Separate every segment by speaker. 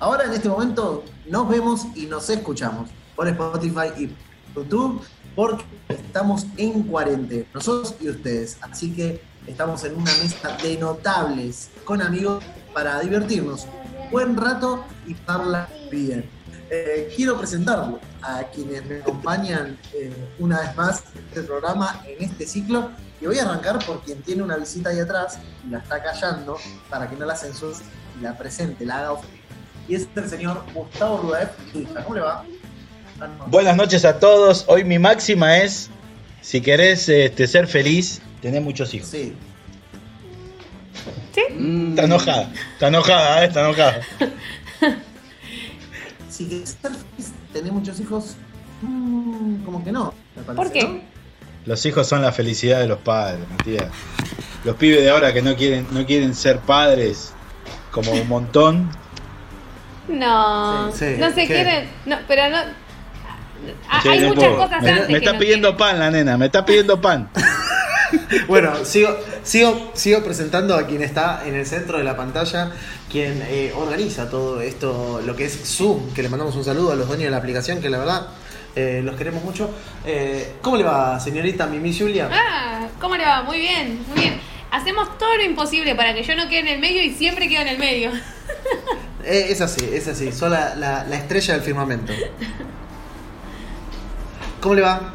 Speaker 1: Ahora en este momento nos vemos y nos escuchamos por Spotify y YouTube porque estamos en cuarentena, nosotros y ustedes. Así que estamos en una mesa de notables con amigos para divertirnos. Buen rato y parla bien. Eh, quiero presentarlo a quienes me acompañan eh, una vez más en este programa, en este ciclo. Y voy a arrancar por quien tiene una visita ahí atrás y la está callando para que no la censure y la presente, la haga ofender. Y es el señor Gustavo Rudaev. ¿Cómo le va? Ah, no.
Speaker 2: Buenas noches a todos. Hoy mi máxima es, si querés este, ser feliz, tener muchos hijos.
Speaker 1: Sí.
Speaker 2: Está enojada, está enojada, eh, está enojada.
Speaker 1: Si querés ser feliz, tener muchos hijos, mm, como que no. me parece,
Speaker 3: ¿Por qué?
Speaker 1: ¿no?
Speaker 2: Los hijos son la felicidad de los padres, Matías. Los pibes de ahora que no quieren, no quieren ser padres, como un montón.
Speaker 4: No,
Speaker 1: Sí, sí.
Speaker 4: no se
Speaker 1: ¿Qué?
Speaker 4: quieren. No, pero no. Ah,
Speaker 2: Che,
Speaker 4: hay
Speaker 2: no
Speaker 4: muchas
Speaker 2: puedo.
Speaker 4: cosas
Speaker 2: me,
Speaker 4: antes.
Speaker 2: me está
Speaker 4: que no
Speaker 2: pidiendo
Speaker 4: quieren.
Speaker 2: pan la nena, me está pidiendo pan.
Speaker 1: Bueno, sigo, sigo, sigo presentando a quien está en el centro de la pantalla, quien eh, organiza todo esto, lo que es Zoom, que le mandamos un saludo a los dueños de la aplicación, que la verdad eh, los queremos mucho. Eh, ¿Cómo le va, señorita Mimi Julia?
Speaker 4: Ah, ¿cómo le va? Muy bien, muy bien. Hacemos todo lo imposible para que yo no quede en el medio y siempre quedo en el medio.
Speaker 1: Eh, es así, es así, soy la, la- la estrella del firmamento. ¿Cómo le va?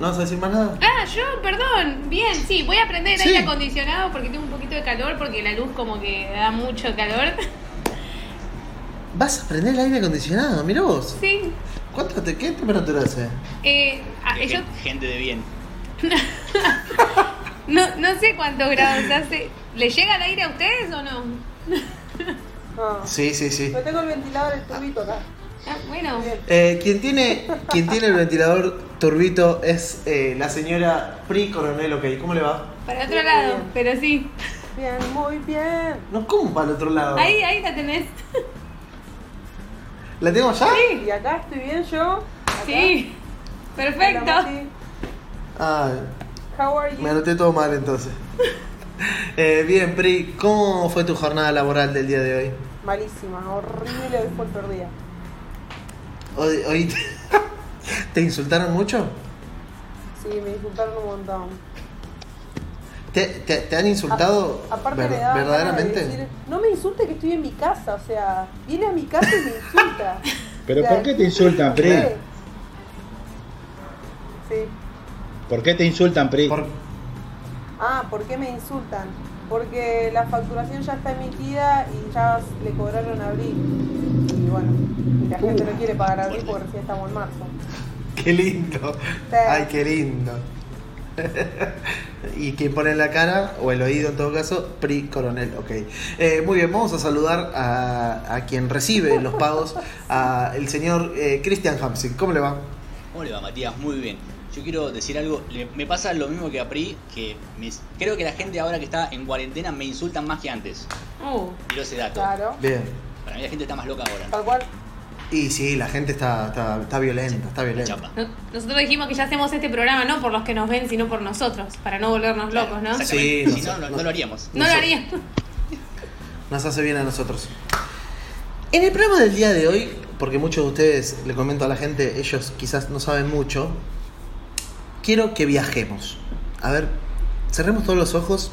Speaker 1: ¿No vas a decir más nada?
Speaker 4: Ah, yo, perdón. Bien, sí, voy a prender el
Speaker 1: Sí.
Speaker 4: aire acondicionado porque tengo un poquito de calor, porque la luz como que da mucho calor.
Speaker 1: ¿Vas a prender el aire acondicionado? Mirá vos.
Speaker 4: Sí.
Speaker 1: ¿Cuánto te, ¿Qué temperatura hace?
Speaker 4: Eh, ah, yo
Speaker 5: Gente de bien.
Speaker 4: no, no sé cuántos grados hace. ¿Le llega el aire a ustedes o no?
Speaker 6: No,
Speaker 1: Sí, sí, sí.
Speaker 6: Yo tengo el ventilador, el tubito acá.
Speaker 4: Ah, bueno.
Speaker 1: Eh, quien, tiene, quien tiene el ventilador turbito es eh, la señora Pri Coronel OK. ¿Cómo le va?
Speaker 4: Para otro lado,
Speaker 6: bien.
Speaker 4: pero sí.
Speaker 6: Bien, muy bien.
Speaker 1: No, ¿cómo para el otro
Speaker 6: Ah.
Speaker 1: lado?
Speaker 4: Ahí, ahí la tenés.
Speaker 1: ¿La tengo allá?
Speaker 6: Y acá estoy bien yo. acá.
Speaker 4: Sí. Perfecto.
Speaker 6: Hola, Mati.
Speaker 1: Ah,
Speaker 6: How are you?
Speaker 1: me anoté todo mal entonces. Eh, bien, Pri, ¿cómo fue tu jornada laboral del día de hoy?
Speaker 6: Malísima, horrible, hoy fue el peor día.
Speaker 1: ¿Hoy, hoy te, te insultaron mucho?
Speaker 6: Sí, me disfrutaron un montón.
Speaker 1: ¿Te, te- te han insultado
Speaker 6: A- aparte
Speaker 1: ver-
Speaker 6: me daba ganas de
Speaker 1: verdaderamente?
Speaker 6: decir, no me insulte que estoy en mi casa, o sea, viene a mi casa y me insulta.
Speaker 2: Pero
Speaker 6: Ya.
Speaker 2: ¿por qué te insultan, Pri?
Speaker 6: Sí. Sí.
Speaker 2: ¿Por qué te insultan, Pri?
Speaker 1: Por-
Speaker 6: Ah, ¿por qué me insultan? Porque la facturación ya está emitida y ya le cobraron abril. Y bueno, y la gente
Speaker 1: Uh.
Speaker 6: no quiere pagar abril porque recién estamos en marzo.
Speaker 1: ¡Qué lindo!
Speaker 6: Sí.
Speaker 1: ¡Ay, qué lindo! y quien pone la cara, o el oído en todo caso, Pri Coronel, ok. Eh, muy bien, vamos a saludar a, a quien recibe los pagos, a el señor eh, Christian Hampsing. ¿Cómo le va?
Speaker 7: ¿Cómo le va, Matías? Muy bien. Yo quiero decir algo. le- me pasa lo mismo que a Pri, que me- creo que la gente ahora que está en cuarentena me insultan más que antes.
Speaker 4: Uh,
Speaker 7: Tiro ese dato.
Speaker 6: Claro.
Speaker 1: Bien.
Speaker 7: Para mí la gente está más loca ahora.
Speaker 6: Tal cual.
Speaker 1: Y sí, la gente está, está, está violenta, está violenta.
Speaker 7: Chapa.
Speaker 4: no- nosotros dijimos que ya hacemos este programa no por los que nos ven, sino por nosotros, para no volvernos locos, ¿no?
Speaker 7: Exactamente.
Speaker 1: Sí,
Speaker 7: si no, no, no lo haríamos.
Speaker 4: No lo haría.
Speaker 1: nos hace bien a nosotros. En el programa del día de hoy, porque muchos de ustedes, le comento a la gente, ellos quizás no saben mucho, quiero que viajemos. A ver, cerremos todos los ojos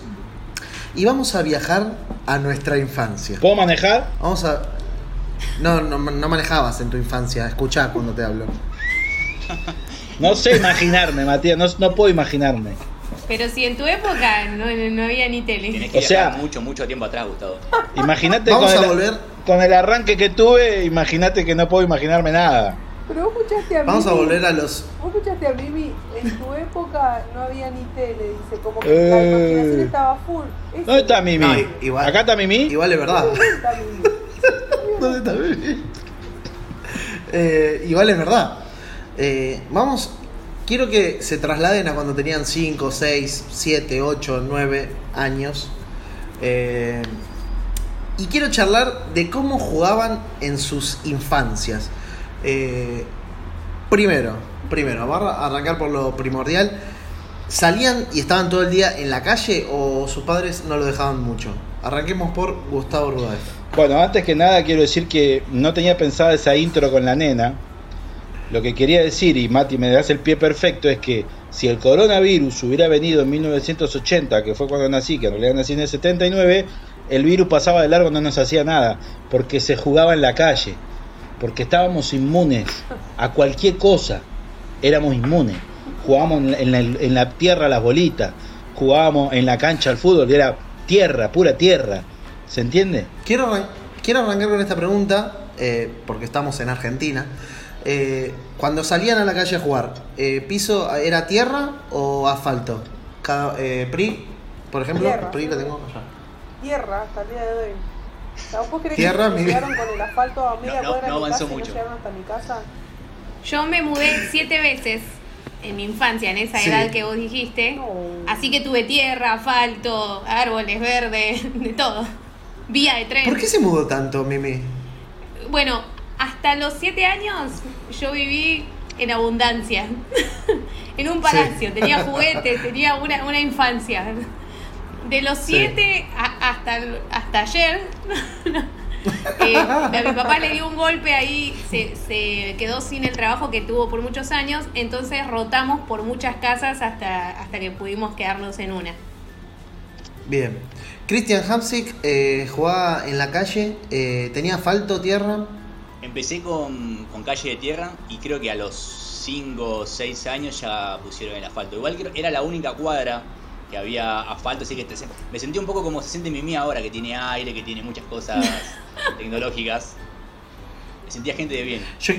Speaker 1: y vamos a viajar a nuestra infancia.
Speaker 2: ¿Puedo manejar?
Speaker 1: Vamos a... No, no, no manejabas en tu infancia, escuchá cuando te hablo.
Speaker 2: No sé imaginarme, Matías, no, no puedo imaginarme.
Speaker 4: Pero si en tu época no, no había ni tele.
Speaker 7: Tenés que
Speaker 2: O sea-
Speaker 7: viajar mucho, mucho tiempo atrás, Gustavo.
Speaker 2: Imagínate con,
Speaker 1: Vamos a
Speaker 2: el-
Speaker 1: volver,
Speaker 2: con el arranque que tuve, imagínate que no puedo imaginarme nada.
Speaker 6: Pero vos escuchaste a Mimi.
Speaker 1: vamos a volver a los...
Speaker 6: Vos escuchaste a Mimi, en tu época no había ni tele, dice, como que la
Speaker 2: Eh.
Speaker 6: imaginación estaba full. Eso
Speaker 2: ¿Dónde está Mimi?
Speaker 1: No, igual-
Speaker 2: ¿Acá está Mimi?
Speaker 1: Igual es verdad.
Speaker 6: Está Mimi. Está Mimi
Speaker 1: ¿Dónde está Bebe? Eh, igual es verdad. Eh, vamos, quiero que se trasladen a cuando tenían 5, 6, 7, 8, 9 años. Eh, y quiero charlar de cómo jugaban en sus infancias. Eh, primero, primero, vamos a arrancar por lo primordial. ¿Salían y estaban todo el día en la calle o sus padres no lo dejaban mucho? Arranquemos por Gustavo Rudáez.
Speaker 2: Bueno, antes que nada quiero decir que no tenía pensada esa intro con la nena. Lo que quería decir, y Mati me das el pie perfecto, es que si el coronavirus hubiera venido en 1980, que fue cuando nací, que en realidad nací en el 79, el virus pasaba de largo, no nos hacía nada, porque se jugaba en la calle, porque estábamos inmunes a cualquier cosa, éramos inmunes. Jugábamos en la, en la- en la tierra a las bolitas, jugábamos en la cancha al fútbol, que era tierra, pura tierra. ¿Se entiende?
Speaker 1: Quiero, arran- quiero arrancar con esta pregunta, eh, porque estamos en Argentina. Eh, cuando salían a la calle a jugar, eh, ¿piso era tierra o asfalto? Cada- eh, PRI, por ejemplo,
Speaker 6: Tierra.
Speaker 1: PRI lo tengo allá.
Speaker 6: Tierra hasta el día de hoy. O sea, ¿vos crees
Speaker 1: Tierra,
Speaker 6: que
Speaker 1: mi-
Speaker 6: llegaron con el asfalto a media
Speaker 8: no,
Speaker 6: cuadra
Speaker 8: no
Speaker 6: de mi casa
Speaker 8: avanzó
Speaker 6: y no
Speaker 8: mucho.
Speaker 6: llegaron hasta mi casa?
Speaker 9: Yo me mudé siete veces en mi infancia, en esa
Speaker 1: Sí.
Speaker 9: edad que vos dijiste. Así que tuve tierra, asfalto, árboles verdes, de todo. Vía de tren.
Speaker 1: ¿Por qué se mudó tanto, Mimi?
Speaker 9: Bueno, hasta los siete años yo viví en abundancia. en un palacio. Tenía juguetes, tenía una, una infancia. De los
Speaker 1: Sí.
Speaker 9: siete a- hasta, el- hasta ayer. eh, a mi papá le dio un golpe ahí, se, se quedó sin el trabajo que tuvo por muchos años, entonces rotamos por muchas casas hasta, hasta que pudimos quedarnos en una.
Speaker 1: Bien. Christian Hamsik eh, jugaba en la calle, eh, tenía asfalto, tierra.
Speaker 8: Empecé con, con Calle de Tierra y creo que a los 5 o 6 años ya pusieron el asfalto. Igual creo- era la única cuadra que había asfalto, así que te- me sentí un poco como se siente Mimi ahora, que tiene aire, que tiene muchas cosas tecnológicas. Me sentía gente de bien.
Speaker 1: Yo,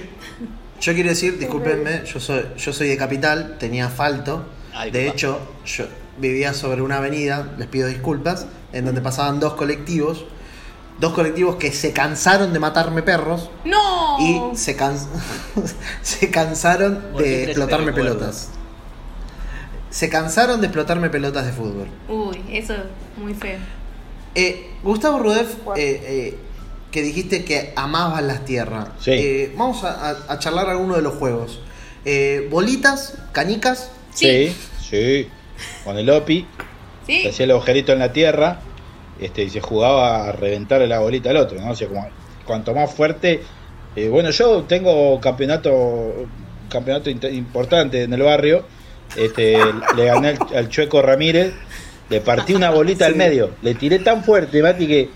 Speaker 1: yo quiero decir, discúlpenme, yo soy, yo soy de Capital, tenía asfalto.
Speaker 8: Ah, disculpa.
Speaker 1: de hecho, yo vivía sobre una avenida, les pido disculpas, en donde pasaban dos colectivos. Dos colectivos que se cansaron de matarme perros
Speaker 9: ¡No!
Speaker 1: y
Speaker 4: Oh.
Speaker 1: se, can- se cansaron
Speaker 8: ¿Por qué
Speaker 1: de
Speaker 8: crees que
Speaker 1: explotarme
Speaker 8: recuerdo?
Speaker 1: pelotas. Se cansaron de explotarme pelotas de fútbol.
Speaker 9: Uy, eso muy feo.
Speaker 1: Eh, Gustavo Rudolf,
Speaker 6: Bueno.
Speaker 1: eh, eh, que dijiste que amabas las tierras.
Speaker 2: Sí.
Speaker 1: Eh, vamos a, a- a charlar alguno de los juegos. Eh, bolitas, canicas.
Speaker 9: Sí.
Speaker 2: sí. sí. Con el OPI.
Speaker 9: ¿Sí?
Speaker 2: se hacía el agujerito en la tierra este, y se jugaba a reventar la bolita al otro, ¿no? O sea, como, cuanto más fuerte. eh, bueno, yo tengo campeonato campeonato inte- importante en el barrio. Este, le gané al, al Chueco Ramírez, le partí una bolita al
Speaker 1: Sí.
Speaker 2: medio, le tiré tan fuerte, Mati, que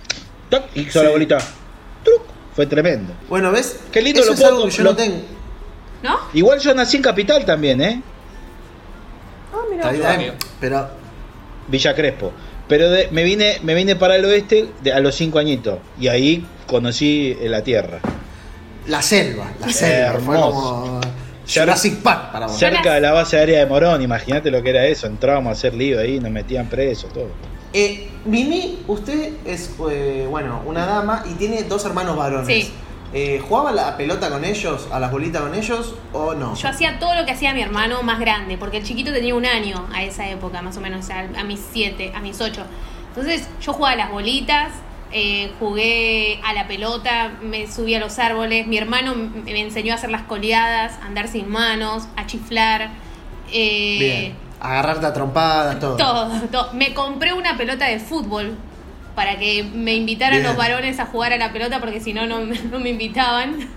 Speaker 2: ¡toc! hizo
Speaker 1: Sí.
Speaker 2: la bolita. ¡truc! Fue tremendo.
Speaker 1: Bueno, ¿ves?
Speaker 2: Qué lindo
Speaker 1: Eso
Speaker 2: lo
Speaker 1: es
Speaker 2: poco,
Speaker 1: algo que yo
Speaker 2: lo-
Speaker 1: no tengo.
Speaker 9: ¿No?
Speaker 2: Igual yo nací en Capital también, ¿eh?
Speaker 6: Ah, mira,
Speaker 1: Está
Speaker 6: vos.
Speaker 1: bien, pero
Speaker 2: Villa Crespo. Pero de- me vine me vine para el oeste de- a los cinco añitos y ahí conocí eh, la tierra.
Speaker 1: la selva, la
Speaker 2: Eh,
Speaker 1: selva. Fue
Speaker 2: hermoso.
Speaker 1: como Jurassic Park para vos.
Speaker 2: Cerca de la base aérea de Morón, imagínate lo que era eso. Entrábamos a hacer lío ahí, nos metían preso, todo.
Speaker 1: Eh, Mimi, usted es, eh, bueno, una dama y tiene dos hermanos varones.
Speaker 9: Sí.
Speaker 1: Eh, ¿Jugaba a la pelota con ellos, a las bolitas con ellos o no?
Speaker 9: Yo hacía todo lo que hacía mi hermano más grande, porque el chiquito tenía un año a esa época, más o menos, a, a mis siete, a mis ocho. Entonces yo jugaba a las bolitas, eh, jugué a la pelota, me subí a los árboles, mi hermano m- me enseñó a hacer las coleadas, a andar sin manos, a chiflar. eh,
Speaker 1: Bien. Agarrarte a trompadas, todo.
Speaker 9: todo, todo. Me compré una pelota de fútbol para que me invitaran
Speaker 1: Bien.
Speaker 9: los varones a jugar a la pelota, porque si no, no me- no me invitaban.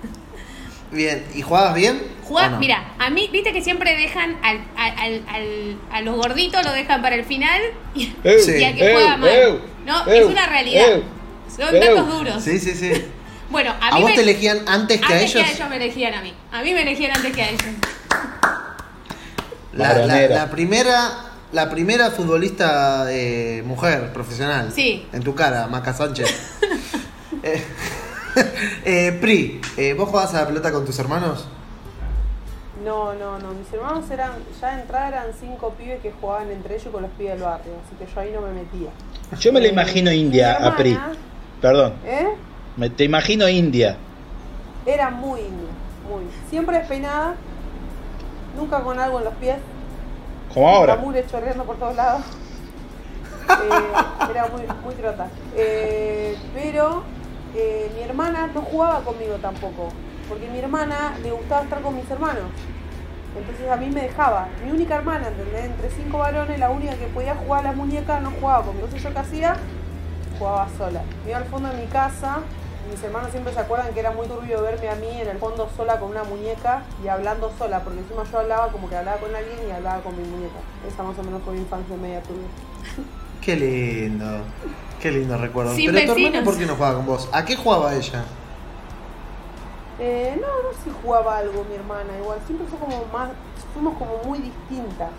Speaker 1: Bien, ¿y jugabas bien?
Speaker 9: Jugá-
Speaker 1: ¿O no?
Speaker 9: mira, a mí, viste que siempre dejan al, al- al- al- a los gorditos, lo dejan para el final y,
Speaker 1: Sí.
Speaker 9: y al que juega mal. no, es una realidad. Son
Speaker 2: eu.
Speaker 9: datos duros.
Speaker 1: Sí, sí, sí.
Speaker 9: Bueno, a
Speaker 1: ¿A,
Speaker 9: mí
Speaker 1: vos
Speaker 9: me,
Speaker 1: te elegían antes que
Speaker 9: antes
Speaker 1: a ellos?
Speaker 9: me elegían a mí. A mí me elegían antes que a ellos.
Speaker 1: La, la-
Speaker 2: Varonera.
Speaker 1: la primera la primera futbolista eh, mujer profesional.
Speaker 9: Sí.
Speaker 1: En tu cara, Maca Sánchez. Eh, eh, Pri, eh, ¿vos jugabas a la pelota con tus hermanos?
Speaker 6: No, no, no. Mis hermanos eran, ya de entrada eran cinco pibes que jugaban entre ellos con los pibes del barrio, así que yo ahí no me metía.
Speaker 2: Yo me la imagino india,
Speaker 6: Mi hermana,
Speaker 2: a Pri. Perdón.
Speaker 6: ¿Eh?
Speaker 2: Me, te imagino India.
Speaker 6: Era muy india, muy. Siempre despeinada, nunca con algo en los pies,
Speaker 2: Como ahora.
Speaker 6: la mugre chorreando por todos lados. Eh, era muy, muy trota. Eh, pero eh, mi hermana no jugaba conmigo tampoco, porque mi hermana le gustaba estar con mis hermanos. Entonces a mí me dejaba. Mi única hermana, ¿entendés? Entre cinco varones, la única que podía jugar a las muñecas no jugaba conmigo. Entonces yo qué hacía, jugaba sola. Me iba al fondo de mi casa. Mis hermanos siempre se acuerdan que era muy turbio verme a mí en el fondo sola con una muñeca y hablando sola, porque encima yo hablaba como que hablaba con alguien y hablaba con mi muñeca. Esa más o menos fue mi infancia media turbia.
Speaker 1: Qué lindo. Qué lindo recuerdo.
Speaker 9: Sin
Speaker 1: Pero tu hermana,
Speaker 9: vecinos.
Speaker 1: ¿por qué no jugaba con vos? ¿A qué jugaba ella?
Speaker 6: Eh, no, no sé si jugaba algo mi hermana, igual, siempre fue como más, fuimos como muy distintas.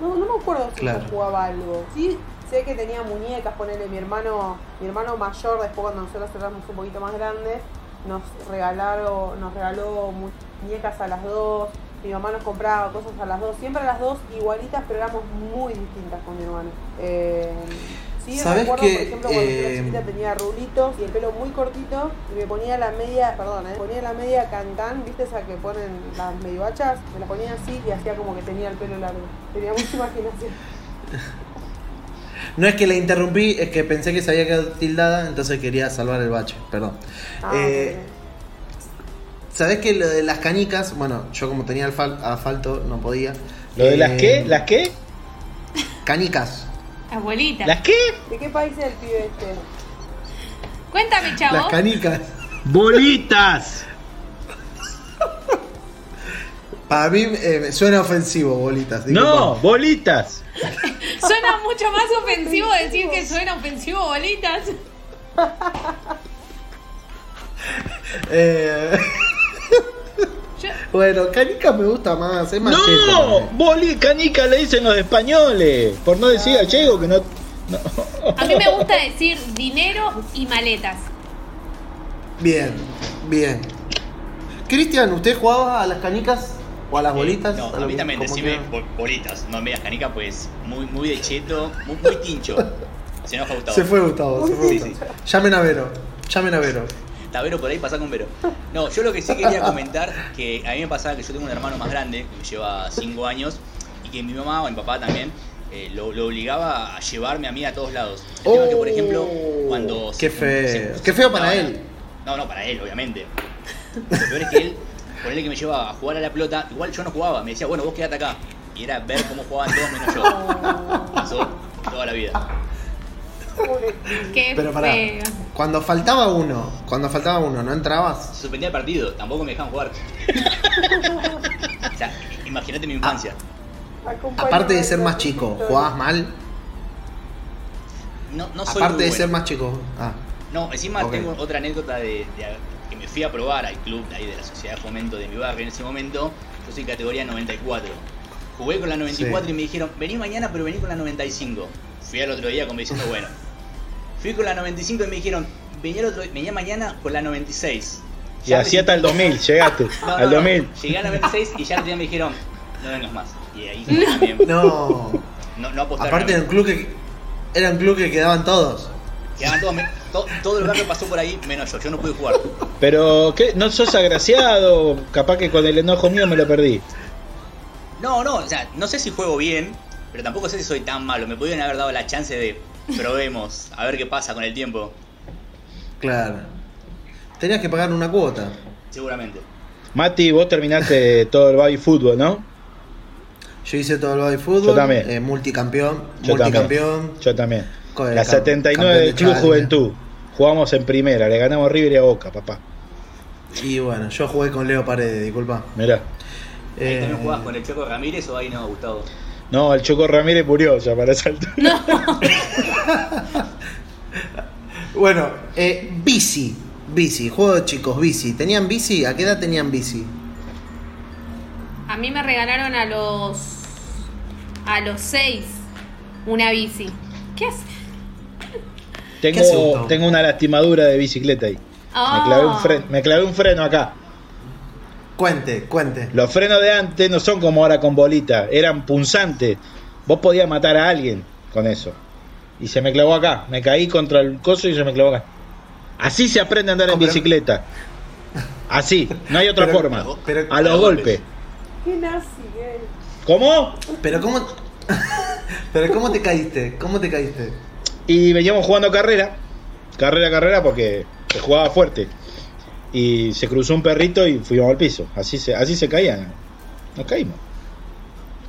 Speaker 6: No, no me acuerdo si
Speaker 1: Claro.
Speaker 6: ella jugaba algo. Sí, sé que tenía muñecas, ponerle mi hermano, mi hermano mayor, después cuando nosotros éramos un poquito más grandes, nos regalaron, nos regaló muñecas a las dos, mi mamá nos compraba cosas a las dos, siempre a las dos igualitas, pero éramos muy distintas con mi hermano. Eh, sí,
Speaker 1: ¿Sabes
Speaker 6: recuerdo,
Speaker 1: que,
Speaker 6: por ejemplo, cuando yo era
Speaker 1: eh,
Speaker 6: chiquita tenía rulitos y el pelo muy cortito y me ponía la media, perdón, ¿eh? ponía la media cancán, ¿viste esa que ponen las medio hachas? Me la ponía así y hacía como que tenía el pelo largo. Tenía mucha imaginación.
Speaker 1: No es que la interrumpí, es que pensé que se había quedado tildada, entonces quería salvar el bache, perdón.
Speaker 6: Ah,
Speaker 1: Eh,
Speaker 6: ok.
Speaker 1: ¿Sabés que lo de las canicas? Bueno, yo como tenía alfal- asfalto no podía.
Speaker 2: ¿Lo de las
Speaker 1: Eh,
Speaker 2: qué? ¿Las qué?
Speaker 1: Canicas.
Speaker 9: Abuelita.
Speaker 2: ¿Las qué?
Speaker 6: ¿De qué país es el pibe este?
Speaker 9: Cuéntame, chavo.
Speaker 1: Las canicas.
Speaker 2: ¡Bolitas!
Speaker 1: Para mí eh, me suena ofensivo, bolitas.
Speaker 2: ¡No!
Speaker 1: disculpa.
Speaker 2: ¡Bolitas!
Speaker 9: Suena mucho más ofensivo decir que suena ofensivo, bolitas.
Speaker 1: Eh,
Speaker 9: Yo-
Speaker 1: bueno, canicas me gusta más, es más eh. cheto
Speaker 2: ¡No!
Speaker 1: para mí.
Speaker 2: ¡Boli canica le dicen los españoles! Por no decir gallego que no.
Speaker 9: A mí me gusta decir dinero y maletas.
Speaker 1: Bien, bien. Cristian, ¿usted jugaba a las canicas o a las bolitas?
Speaker 8: Eh, No,
Speaker 1: A
Speaker 8: a
Speaker 1: lo
Speaker 8: mí
Speaker 1: que-
Speaker 8: también,
Speaker 1: como
Speaker 8: decime
Speaker 1: quieran.
Speaker 8: bo- bolitas, no medias canicas, pues muy, muy de cheto, muy, muy tincho. Se nos ha gustado.
Speaker 1: Se fue Gustavo, se fue
Speaker 8: Sí,
Speaker 1: Gustavo. Llamen a Vero, llamen a Vero.
Speaker 8: Tavero por ahí pasa con Vero. No, yo lo que sí quería comentar, que a mí me pasaba que yo tengo un hermano más grande, que me lleva 5 años, y que mi mamá o mi papá también eh, lo, lo obligaba a llevarme a mí a todos lados. El tema es que, por ejemplo, cuando... se-
Speaker 1: Qué
Speaker 8: se-
Speaker 1: feo,
Speaker 8: se-
Speaker 1: qué feo para
Speaker 8: no, no.
Speaker 1: él.
Speaker 8: No, no, para él, obviamente. Lo peor es que él, ponerle que me llevaba a jugar a la pelota, igual yo no jugaba, me decía, bueno, vos quedate acá. Y era ver cómo jugaban todos menos yo. Pasó toda la vida.
Speaker 6: Pobre-
Speaker 9: Qué
Speaker 1: Pero pará,
Speaker 9: feo.
Speaker 1: cuando faltaba uno, cuando faltaba uno, ¿no entrabas?
Speaker 8: Se suspendía el partido, tampoco me dejaban jugar. o sea, imagínate mi infancia.
Speaker 6: acompaña
Speaker 1: Aparte de
Speaker 6: a
Speaker 1: ser
Speaker 6: la
Speaker 1: más
Speaker 6: historia.
Speaker 1: chico, ¿jugabas mal?
Speaker 8: No, no soy
Speaker 1: Aparte
Speaker 8: muy
Speaker 1: de
Speaker 8: bueno.
Speaker 1: ser más chico. Ah,
Speaker 8: No, encima
Speaker 1: Ok.
Speaker 8: tengo otra anécdota de, de- que me fui a probar al club de ahí de la Sociedad de Fomento de mi barrio en ese momento. Yo soy categoría 94. Jugué con la 94
Speaker 1: Sí.
Speaker 8: y me dijeron, vení mañana, pero vení con la 95. Fui al otro día como diciendo, bueno. Fui con la 95 y me dijeron, vení, al otro, vení mañana con la 96.
Speaker 2: Y así hasta el 2000, llegaste.
Speaker 8: No, no,
Speaker 2: al
Speaker 8: no.
Speaker 2: 2000.
Speaker 8: Llegué a la 96 y ya al otro día me dijeron, no vengas más. Y ahí también,
Speaker 1: no.
Speaker 8: no, no apostaron.
Speaker 1: Aparte
Speaker 8: a
Speaker 1: era
Speaker 8: mí.
Speaker 1: un club que era un club que quedaban todos.
Speaker 8: Quedaban todos me- to- todo el barrio pasó por ahí, menos yo. Yo no pude jugar.
Speaker 2: Pero, ¿qué? ¿No sos agraciado? Capaz que con el enojo mío me lo perdí.
Speaker 8: No, no, o sea, no sé si juego bien, pero tampoco sé si soy tan malo. Me podrían haber dado la chance de probemos, a ver qué pasa con el tiempo,
Speaker 1: Claro. Tenías que pagar una cuota.
Speaker 8: seguramente.
Speaker 2: Mati, vos terminaste todo el baby fútbol, ¿no?
Speaker 1: Yo hice todo lo de fútbol.
Speaker 2: Yo también.
Speaker 1: eh, multicampeón.
Speaker 2: Yo
Speaker 1: multicampeón.
Speaker 2: también. Yo también.
Speaker 1: Con el
Speaker 2: La
Speaker 1: cam-
Speaker 2: 79
Speaker 1: campeón
Speaker 2: del
Speaker 1: de
Speaker 2: Club
Speaker 1: Challenger.
Speaker 2: Juventud. Jugamos en primera, le ganamos a River y a Boca, papá.
Speaker 1: Y bueno, yo jugué con Leo Paredes, disculpa.
Speaker 2: Mirá.
Speaker 8: Ahí
Speaker 1: Eh,
Speaker 8: también jugás con el Choco Ramírez o ahí no, Gustavo.
Speaker 2: No, el Choco Ramírez murió ya para esa altura.
Speaker 1: Bueno, eh, bici. Bici, juego de chicos, bici. ¿Tenían bici? ¿A qué edad tenían bici?
Speaker 9: A mí me regalaron a los. a los seis una bici. ¿Qué haces?
Speaker 1: hace Gustavo?
Speaker 2: Tengo, tengo una lastimadura de bicicleta ahí.
Speaker 9: Ah.
Speaker 2: Me, clavé un fre- me clavé un freno acá.
Speaker 1: Cuente, cuente.
Speaker 2: Los frenos de antes no son como ahora con bolita, eran punzantes. Vos podías matar a alguien con eso. Y se me clavó acá. Me caí contra el coso y se me clavó acá. Así se aprende a andar en
Speaker 1: No, pero-
Speaker 2: bicicleta. Así, no hay otra
Speaker 1: Pero-
Speaker 2: forma.
Speaker 1: pero-
Speaker 2: a los golpes.
Speaker 6: Qué nazi, eh.
Speaker 2: ¿Cómo?
Speaker 1: Pero cómo. Pero cómo te caíste, cómo te caíste.
Speaker 2: Y veníamos jugando carrera, carrera, carrera, porque se jugaba fuerte. Y se cruzó un perrito y fuimos al piso. Así se, así se caían. Nos caímos.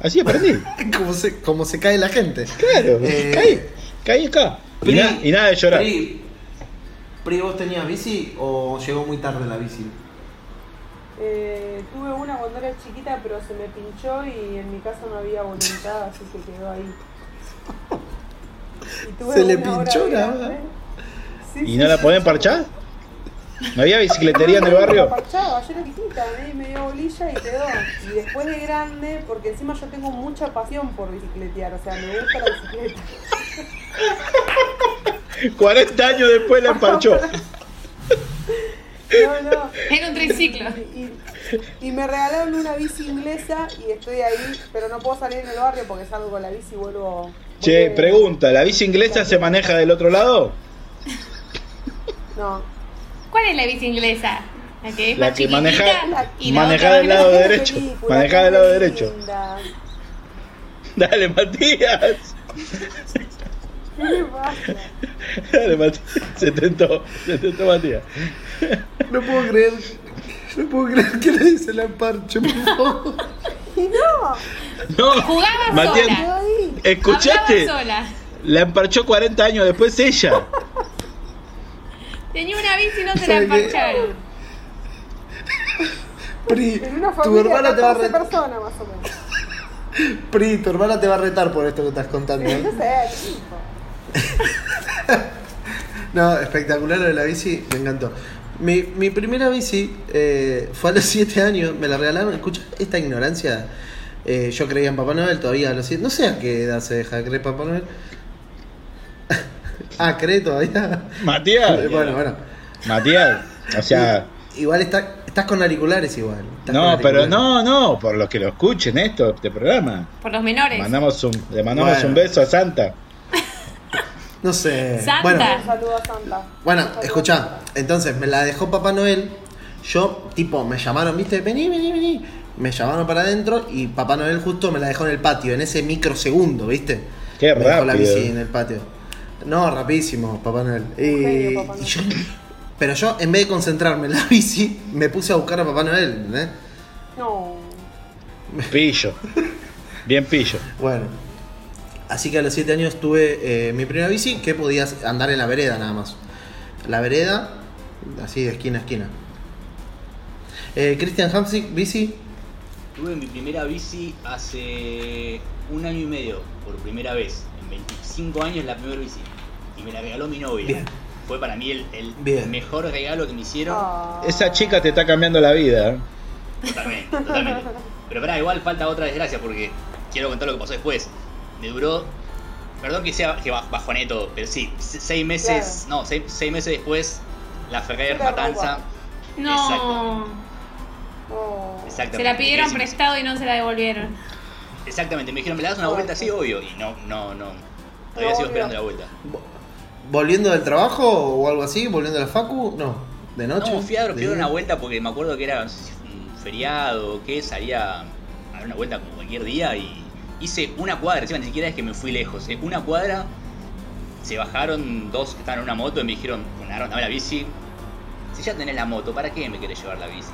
Speaker 2: Así aprendí.
Speaker 1: Cómo se, cómo se cae la gente.
Speaker 2: Claro,
Speaker 1: Eh,
Speaker 2: caí, caí acá. Y,
Speaker 1: Pri-
Speaker 2: na- y nada de llorar.
Speaker 1: Pri, Pri, ¿vos tenías bici o llegó muy tarde la bici?
Speaker 6: Eh, tuve una cuando era chiquita, pero se me pinchó y en mi casa no había voluntad, así que quedó ahí. Y tuve
Speaker 1: Se le
Speaker 6: una hora
Speaker 1: pinchó
Speaker 6: de
Speaker 1: nada.
Speaker 6: grande. Sí,
Speaker 2: ¿Y
Speaker 6: sí,
Speaker 2: no la
Speaker 6: sí,
Speaker 2: pueden
Speaker 6: sí.
Speaker 2: parchar? ¿No había bicicletería en el barrio?
Speaker 6: La parchaba, yo era chiquita, nadie me dio bolilla y quedó. Y después de grande, porque encima yo tengo mucha pasión por bicicletear, o sea, me gusta la bicicleta.
Speaker 2: 40 años después la emparchó.
Speaker 6: No, no.
Speaker 9: Era un triciclo.
Speaker 6: Y, y me regalaron una bici inglesa y estoy ahí, pero no puedo salir en el barrio porque salgo con la bici y vuelvo.
Speaker 2: Che,
Speaker 6: vuelvo-
Speaker 2: pregunta, ¿la bici inglesa se maneja del otro lado?
Speaker 6: No,
Speaker 9: ¿Cuál es la bici inglesa? La que es
Speaker 2: La
Speaker 9: más
Speaker 2: que
Speaker 9: chiquitita
Speaker 2: maneja-
Speaker 9: y la
Speaker 2: maneja
Speaker 9: otra
Speaker 2: del
Speaker 9: más
Speaker 2: lado
Speaker 9: grande.
Speaker 6: Qué
Speaker 2: derecho,
Speaker 6: película,
Speaker 2: manejá
Speaker 6: qué
Speaker 2: del lado derecho.
Speaker 6: linda.
Speaker 2: Dale, Matías.
Speaker 6: ¿Qué le pasa?
Speaker 2: Dale, Matías. Se tentó, se tentó Matías.
Speaker 1: No puedo creer. No puedo creer que le dice la parche, por favor.
Speaker 6: Y no,
Speaker 2: No,
Speaker 9: Jugaba
Speaker 2: Matías,
Speaker 6: quedó
Speaker 9: sola.
Speaker 6: ahí.
Speaker 2: ¿escuchaste?
Speaker 9: Hablaba sola.
Speaker 2: La emparchó 40 años después ella.
Speaker 9: Tenía una bici y no se la
Speaker 1: ¿Sabe qué?
Speaker 9: emparcharon.
Speaker 1: Pri,
Speaker 6: En una
Speaker 1: tu
Speaker 6: familia
Speaker 1: hermana
Speaker 6: de
Speaker 1: te va a
Speaker 6: 14
Speaker 1: retar.
Speaker 6: personas más o menos.
Speaker 1: Pri, tu hermana te va a retar por esto que estás contando. ¿eh?
Speaker 6: No sé, chico.
Speaker 1: No, espectacular lo de la bici, me encantó. Mi, mi primera bici eh, fue a los 7 años, me la regalaron. Escucha, esta ignorancia. eh, yo creía en Papá Noel todavía a los 7. No sé a qué edad se deja de creer Papá Noel. ah, cree todavía.
Speaker 2: Matías.
Speaker 1: bueno, bueno.
Speaker 2: Matías. O sea,
Speaker 1: Igual está, estás con auriculares igual. estás con
Speaker 2: no, pero
Speaker 1: auriculares.
Speaker 2: no, no, por los que lo escuchen esto, este programa.
Speaker 9: Por los menores.
Speaker 2: Mandamos un, le mandamos
Speaker 1: Bueno.
Speaker 2: un beso a Santa.
Speaker 1: No sé.
Speaker 9: Santa.
Speaker 1: Bueno,
Speaker 6: Un saludo a Santa.
Speaker 1: Bueno,
Speaker 6: Un saludo a
Speaker 1: escuchá,
Speaker 6: Santa.
Speaker 1: entonces me la dejó Papá Noel. Yo, tipo, me llamaron, viste, vení, vení, vení. Me llamaron para adentro y Papá Noel justo me la dejó en el patio, en ese microsegundo, viste.
Speaker 2: Qué
Speaker 1: me dejó la
Speaker 2: rápido.
Speaker 1: bici en el patio. No, rapidísimo, Papá Noel. Y-
Speaker 6: genio, Papá Noel.
Speaker 1: y yo- pero yo, en vez de concentrarme en la bici, me puse a buscar a Papá Noel, ¿entendés?
Speaker 6: No.
Speaker 2: Pillo. Bien pillo.
Speaker 1: Bueno. Así que a los 7 años tuve eh, mi primera bici que podías andar en la vereda nada más. La vereda, así de esquina a esquina. Eh, Christian Hamsik, bici.
Speaker 8: Tuve mi primera bici hace un año y medio, por primera vez. En 25 años la primera bici. Y me la regaló mi novia.
Speaker 1: Bien.
Speaker 8: Fue para mí el, el
Speaker 1: Bien.
Speaker 8: mejor regalo que me hicieron.
Speaker 6: Ah.
Speaker 2: Esa chica te está cambiando la vida. ¿eh?
Speaker 8: Totalmente, totalmente. Pero pará, igual falta otra desgracia porque quiero contar lo que pasó después. Me duró. Perdón que sea que ba- bajoné todo, pero sí, se- seis meses. No, seis, seis meses después, la Ferrer
Speaker 6: Te
Speaker 8: Matanza.
Speaker 9: No.
Speaker 6: No.
Speaker 8: Exactamente.
Speaker 9: Se la pidieron
Speaker 8: me hicieron-
Speaker 9: prestado y no se la devolvieron.
Speaker 8: Exactamente, me dijeron, ¿me la das una vuelta? Sí, obvio. Y no, no, no. Todavía
Speaker 6: No
Speaker 8: sigo
Speaker 6: volvió.
Speaker 8: esperando la vuelta.
Speaker 1: Vo- ¿Volviendo del trabajo o algo así? ¿Volviendo a la facu? No. ¿De noche?
Speaker 8: No, fui a dar
Speaker 1: ¿De
Speaker 8: fui a dar
Speaker 1: día?
Speaker 8: una vuelta porque me acuerdo que era no sé si fue un feriado o qué, salía a dar una vuelta como cualquier día y hice una cuadra, encima ni siquiera es que me fui lejos, eh, una cuadra, se bajaron dos que estaban en una moto y me dijeron, Funaron, dame la bici. Si ya tenés la moto, ¿para qué me querés llevar la bici?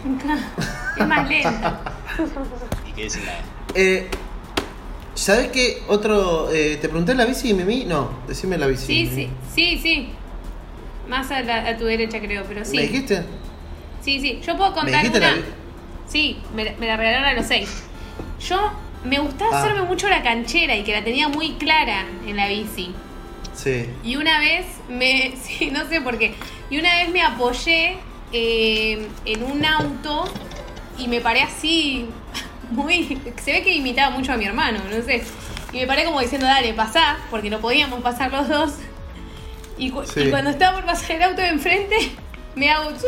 Speaker 9: Es más lenta.
Speaker 8: Y quedé sin nada.
Speaker 1: Eh, ¿Sabes qué? Otro. eh, ¿Te pregunté la bici, Mimi? No, decime la bici.
Speaker 9: Sí,
Speaker 1: Mimi.
Speaker 9: sí, sí, sí. Más a, la- a tu derecha creo, pero
Speaker 1: ¿Me
Speaker 9: sí.
Speaker 1: dijiste?
Speaker 9: Sí, sí. Yo puedo
Speaker 1: ¿Me
Speaker 9: contar
Speaker 1: dijiste
Speaker 9: una.
Speaker 1: la bici?
Speaker 9: Sí, me, la- me la regalaron a los seis. Yo me gustaba
Speaker 1: Ah.
Speaker 9: hacerme mucho la canchera y que la tenía muy clara en la bici.
Speaker 1: Sí.
Speaker 9: Y una vez me. Sí, no sé por qué. Y una vez me apoyé eh, en un auto y me paré así. Muy. Se ve que imitaba mucho a mi hermano, no sé. Y me paré como diciendo, dale, pasá, porque no podíamos pasar los dos. Y, cu-
Speaker 1: Sí.
Speaker 9: y cuando estaba por pasar el auto de enfrente, me hago tu, tu, tu,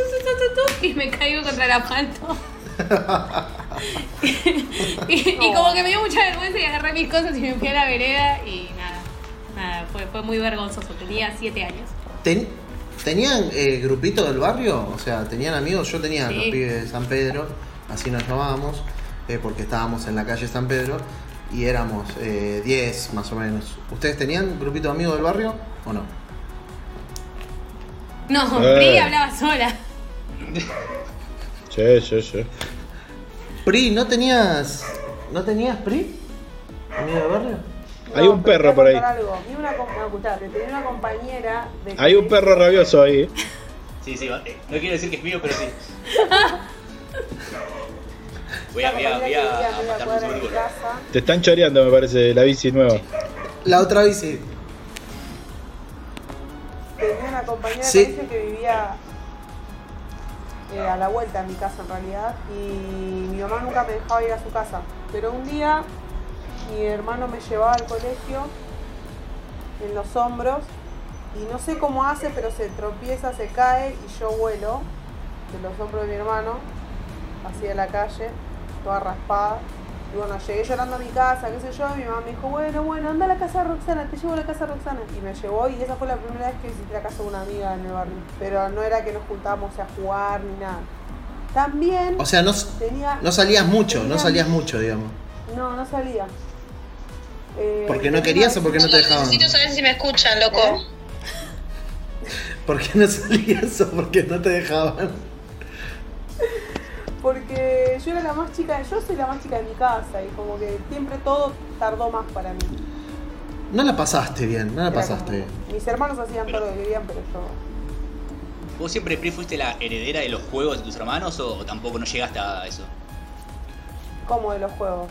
Speaker 9: tu, tu, y me caigo contra el asfalto. y, y como que me dio mucha vergüenza y agarré mis cosas y me fui a la vereda y nada. Nada, fue, fue muy vergonzoso. Tenía siete años.
Speaker 1: Ten- ¿Tenían eh, grupito del barrio? O sea, ¿tenían amigos? Yo tenía
Speaker 9: Sí.
Speaker 1: los pibes de San Pedro, así nos llamábamos, eh, porque estábamos en la calle San Pedro y éramos eh, 10 más o menos. ¿Ustedes tenían grupito de amigos del barrio o no?
Speaker 9: No,
Speaker 2: Eh.
Speaker 9: Pri hablaba sola.
Speaker 2: Sí, sí, sí.
Speaker 1: Pri, ¿no tenías. ¿No tenías Pri? ¿Amigo del barrio?
Speaker 2: Hay un perro por ahí.
Speaker 6: Vi una, com- no, escuchate, tenía una compañera de
Speaker 2: Hay un perro rabioso ahí.
Speaker 8: Sí, sí, va- eh, no quiero decir que es mío, pero sí. Voy a, voy a, voy a, a matar un
Speaker 6: de mi
Speaker 8: seguro.
Speaker 6: casa.
Speaker 2: Te están choreando, me parece, la bici nueva.
Speaker 1: La otra bici.
Speaker 6: Tenía una compañera
Speaker 1: Sí.
Speaker 6: que dice que vivía eh, a la vuelta de mi casa en realidad y mi mamá nunca me dejaba ir a su casa. Pero un día mi hermano me llevaba al colegio en los hombros y no sé cómo hace, pero se tropieza, se cae y yo vuelo de los hombros de mi hermano hacia la calle, toda raspada. Y bueno, llegué llorando a mi casa, qué sé yo, y mi mamá me dijo, bueno, bueno, anda a la casa de Roxana, te llevo a la casa de Roxana. Y me llevó y esa fue la primera vez que visité la casa de una amiga en el barrio. Pero no era que nos juntábamos a jugar ni nada. También
Speaker 1: O sea, no, s-
Speaker 6: tenía...
Speaker 1: no salías mucho, no salías mucho, digamos.
Speaker 6: No, no salía. Eh,
Speaker 1: ¿Porque
Speaker 6: tenía-
Speaker 1: no querías o porque no te dejaban?
Speaker 10: saber si me escuchan,
Speaker 6: ¿Eh?
Speaker 1: ¿Por qué no salías o porque no te dejaban?
Speaker 6: Porque yo era la más chica, yo soy la más chica de mi casa y como que siempre todo tardó más para mí.
Speaker 1: No la pasaste bien, no la
Speaker 6: Era
Speaker 1: Ah, pasaste
Speaker 6: como-
Speaker 1: bien.
Speaker 6: Mis hermanos hacían todo lo que querían, pero yo.
Speaker 8: ¿Vos siempre, Pri, fuiste la heredera de los juegos de tus hermanos o, o tampoco no llegaste a eso?
Speaker 6: Como de los juegos.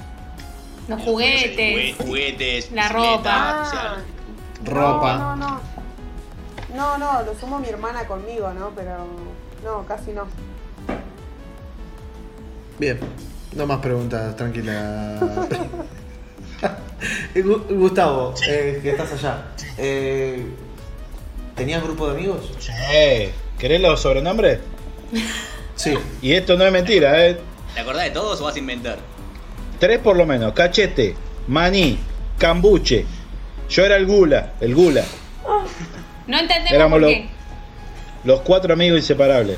Speaker 9: Los
Speaker 8: Jue-
Speaker 9: juguetes.
Speaker 8: Juguetes,
Speaker 9: La
Speaker 8: bicicletas,
Speaker 9: ropa.
Speaker 8: o sea,
Speaker 1: Ropa.
Speaker 6: Ah, No, no, no. No, no, lo sumo mi hermana conmigo, ¿no? Pero. No, casi no.
Speaker 1: Bien, no más preguntas, tranquila. Eh, Gu- Gustavo, eh, que estás allá. eh, ¿Tenías grupo de amigos?
Speaker 2: Eh, ¿Querés los sobrenombres?
Speaker 1: Sí.
Speaker 2: Y esto no es mentira, ¿eh?
Speaker 8: ¿Te acordás de todos o vas a inventar?
Speaker 2: Tres por lo menos. Cachete, maní, cambuche. Yo era el gula, el gula.
Speaker 9: No entendemos
Speaker 2: Éramos
Speaker 9: por
Speaker 2: los,
Speaker 9: qué.
Speaker 2: los cuatro amigos inseparables.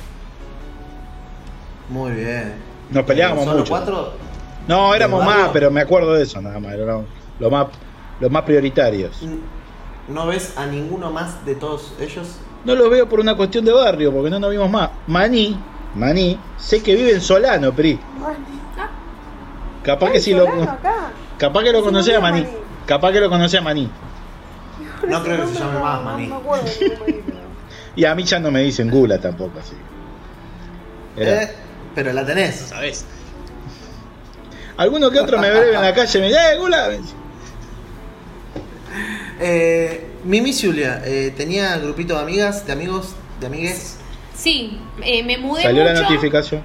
Speaker 1: Muy bien.
Speaker 2: Nos peleábamos
Speaker 1: ¿Son los
Speaker 2: mucho.
Speaker 1: cuatro?
Speaker 2: No, éramos
Speaker 1: ¿Del
Speaker 2: más,
Speaker 1: barrio?
Speaker 2: pero me acuerdo de eso nada más. Éramos los más, los más prioritarios.
Speaker 1: ¿No ves a ninguno más de todos ellos?
Speaker 2: No los veo por una cuestión de barrio, porque no nos vimos más. Maní, Maní, sé que vive en Solano, Pri. Capaz que sí lo,
Speaker 6: Solano, acá.
Speaker 2: capaz que lo
Speaker 6: Sí,
Speaker 2: conocía a
Speaker 6: no vive
Speaker 2: Maní.
Speaker 6: Maní.
Speaker 2: Capaz que lo conocía a Maní.
Speaker 1: No creo que
Speaker 6: Ese
Speaker 1: se llame
Speaker 6: nombre
Speaker 1: más
Speaker 6: no-
Speaker 1: Maní.
Speaker 6: No me acuerdo de ningún Maní, pero-
Speaker 2: Y a mí ya no me dicen gula tampoco, así. que- Era-
Speaker 1: Eh, pero la
Speaker 8: No
Speaker 1: tenés.
Speaker 8: sabés.
Speaker 2: Alguno que otro me breve en la calle y me dice, ¡eh, gula!
Speaker 1: Eh, Mimi Julia, eh, ¿tenía grupito de amigas, de amigos, de amigues?
Speaker 9: Sí, eh, me mudé
Speaker 2: Salió la
Speaker 9: mucho.
Speaker 2: notificación.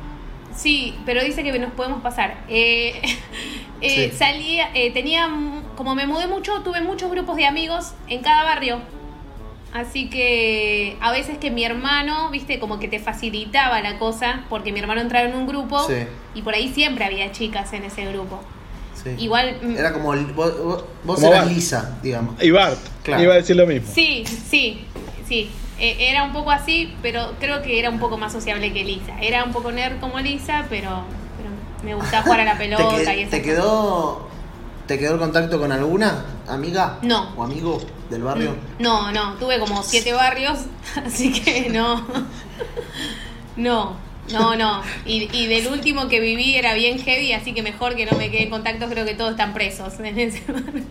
Speaker 9: Sí, pero dice que nos podemos pasar. Eh, eh,
Speaker 1: Sí.
Speaker 9: Salía, eh, tenía, mm, como me mudé mucho, tuve muchos grupos de amigos en cada barrio. Así que a veces que mi hermano, viste, como que te facilitaba la cosa, porque mi hermano entraba en un grupo
Speaker 1: Sí.
Speaker 9: y por ahí siempre había chicas en ese grupo.
Speaker 1: Sí.
Speaker 9: Igual, mm,
Speaker 1: Era como. el- Vos, vos- vos
Speaker 2: Como
Speaker 1: eras
Speaker 2: Bart.
Speaker 1: lisa, digamos.
Speaker 2: Y Bart,
Speaker 1: Claro.
Speaker 2: iba a decir lo mismo.
Speaker 9: sí, sí, sí. Eh, era un poco así, pero creo que era un poco más sociable que Lisa. Era un poco nerd como Lisa, pero, pero me gustaba jugar a la
Speaker 1: ¿Te,
Speaker 9: pelota
Speaker 1: que-
Speaker 9: y esas
Speaker 1: te
Speaker 9: cosas.
Speaker 1: quedó, ¿Te quedó el contacto con alguna amiga?
Speaker 9: No. Mm.
Speaker 1: ¿O amigo del barrio?
Speaker 9: No, no, tuve como siete barrios, así que no. No, no, no. Y, y del último que viví era bien heavy, así que mejor que no me quede en contacto, creo que todos están presos en ese barrio.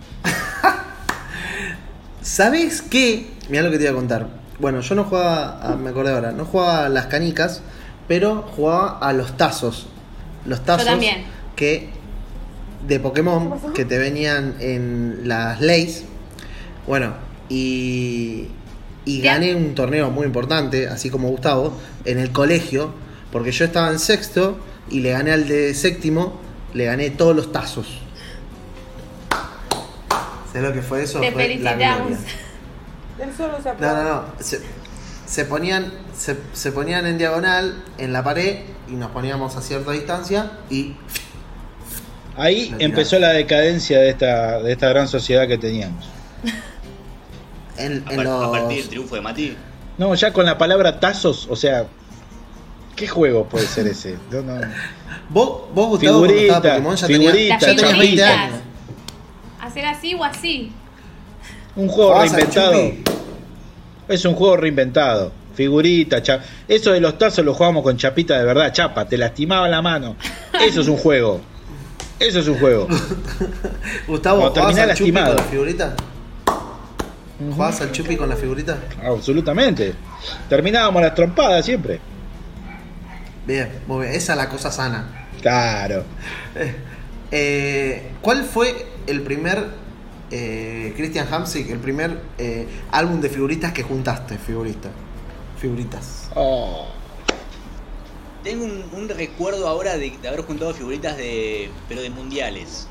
Speaker 1: ¿Sabes qué? Mirá lo que te iba a contar. Bueno, yo no jugaba, a- me acordé ahora, no jugaba a las canicas, pero jugaba a los tazos. Los tazos
Speaker 9: también.
Speaker 1: que de Pokémon que te venían en las leyes. Bueno, y, y
Speaker 9: Te ha-
Speaker 1: gané un torneo muy importante, así como Gustavo, en el colegio, porque yo estaba en sexto y le gané al de séptimo, le gané todos los tazos. ¿Sabes lo que fue eso?
Speaker 9: Te
Speaker 1: Fue la
Speaker 9: felicitamos.
Speaker 1: gloria.
Speaker 6: Eso no se
Speaker 1: No,
Speaker 6: aplaude.
Speaker 1: no, no. Se, se ponían, se, se ponían en diagonal en la pared y nos poníamos a cierta distancia y
Speaker 2: Ahí empezó la decadencia de esta, de esta gran sociedad que teníamos.
Speaker 1: en,
Speaker 8: A,
Speaker 1: en
Speaker 8: par- a
Speaker 1: los.
Speaker 8: partir del triunfo de Mati.
Speaker 2: No, ya con la palabra tazos, o sea, ¿qué juego puede ser ese? No, no.
Speaker 1: Vos, vos Gustavo, cuando
Speaker 2: Figurita,
Speaker 1: estaba Pokémon ya tenías,
Speaker 2: figurita,
Speaker 1: ya tenías 20
Speaker 9: chapitas.
Speaker 1: años.
Speaker 9: Hacer así o así.
Speaker 2: Un juego
Speaker 1: Jugabas al
Speaker 2: reinventado.
Speaker 1: chupi.
Speaker 2: Es un juego reinventado. Figurita, cha- Eso de los tazos lo jugamos con chapita de verdad, chapa, te lastimaba la mano. Eso es un juego. Eso es un juego.
Speaker 1: Gustavo, ¿jugabas
Speaker 2: Cuando terminás
Speaker 1: al chupi
Speaker 2: lastimado.
Speaker 1: con la figurita? ¿Jugabas al chupi con la figurita?
Speaker 2: Absolutamente. Terminábamos las trompadas siempre.
Speaker 1: Bien, muy bien. Esa es la cosa sana.
Speaker 2: Claro.
Speaker 1: Eh, ¿Cuál fue el primer, eh, Christian Hamsik, el primer eh, álbum de figuritas que juntaste, figurita? Figuritas.
Speaker 2: Oh.
Speaker 8: Tengo un, un recuerdo ahora de, de haber juntado figuritas de. pero de mundiales.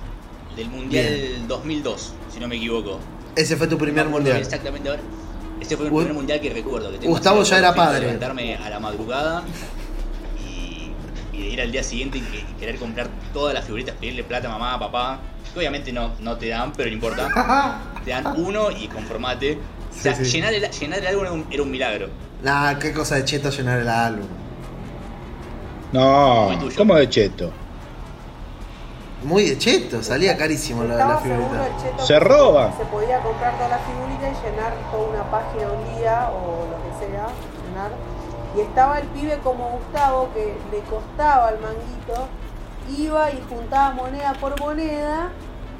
Speaker 8: Del mundial
Speaker 1: Bien.
Speaker 8: 2002, si no me equivoco.
Speaker 1: Ese fue tu primer
Speaker 8: No,
Speaker 1: mundial.
Speaker 8: Exactamente ahora. Ese fue el
Speaker 1: Gu-
Speaker 8: primer mundial que recuerdo. Que tengo
Speaker 1: Gustavo
Speaker 8: así,
Speaker 1: ya era
Speaker 8: el fin de
Speaker 1: padre.
Speaker 8: levantarme a la madrugada y, y de ir al día siguiente y, que- y querer comprar todas las figuritas, pedirle plata a mamá, a papá. Que obviamente no, no te dan, pero no importa.
Speaker 6: Ah.
Speaker 8: te dan uno y conformate. O sea,
Speaker 1: Sí, sí.
Speaker 8: Llenar, el, llenar el álbum era un, era un milagro.
Speaker 1: Nah, qué cosa de cheto llenar el álbum.
Speaker 8: Muy
Speaker 2: No,
Speaker 8: tuyo.
Speaker 2: ¿cómo de cheto?
Speaker 1: Muy de cheto, salía carísimo lo de la
Speaker 6: Estaba seguro
Speaker 1: figurita.
Speaker 6: el cheto
Speaker 2: Se
Speaker 6: que
Speaker 2: roba.
Speaker 6: Se podía comprar todas las figuritas y llenar toda una página un día o lo que sea, llenar. Y estaba el pibe como Gustavo que le costaba el manguito, iba y juntaba moneda por moneda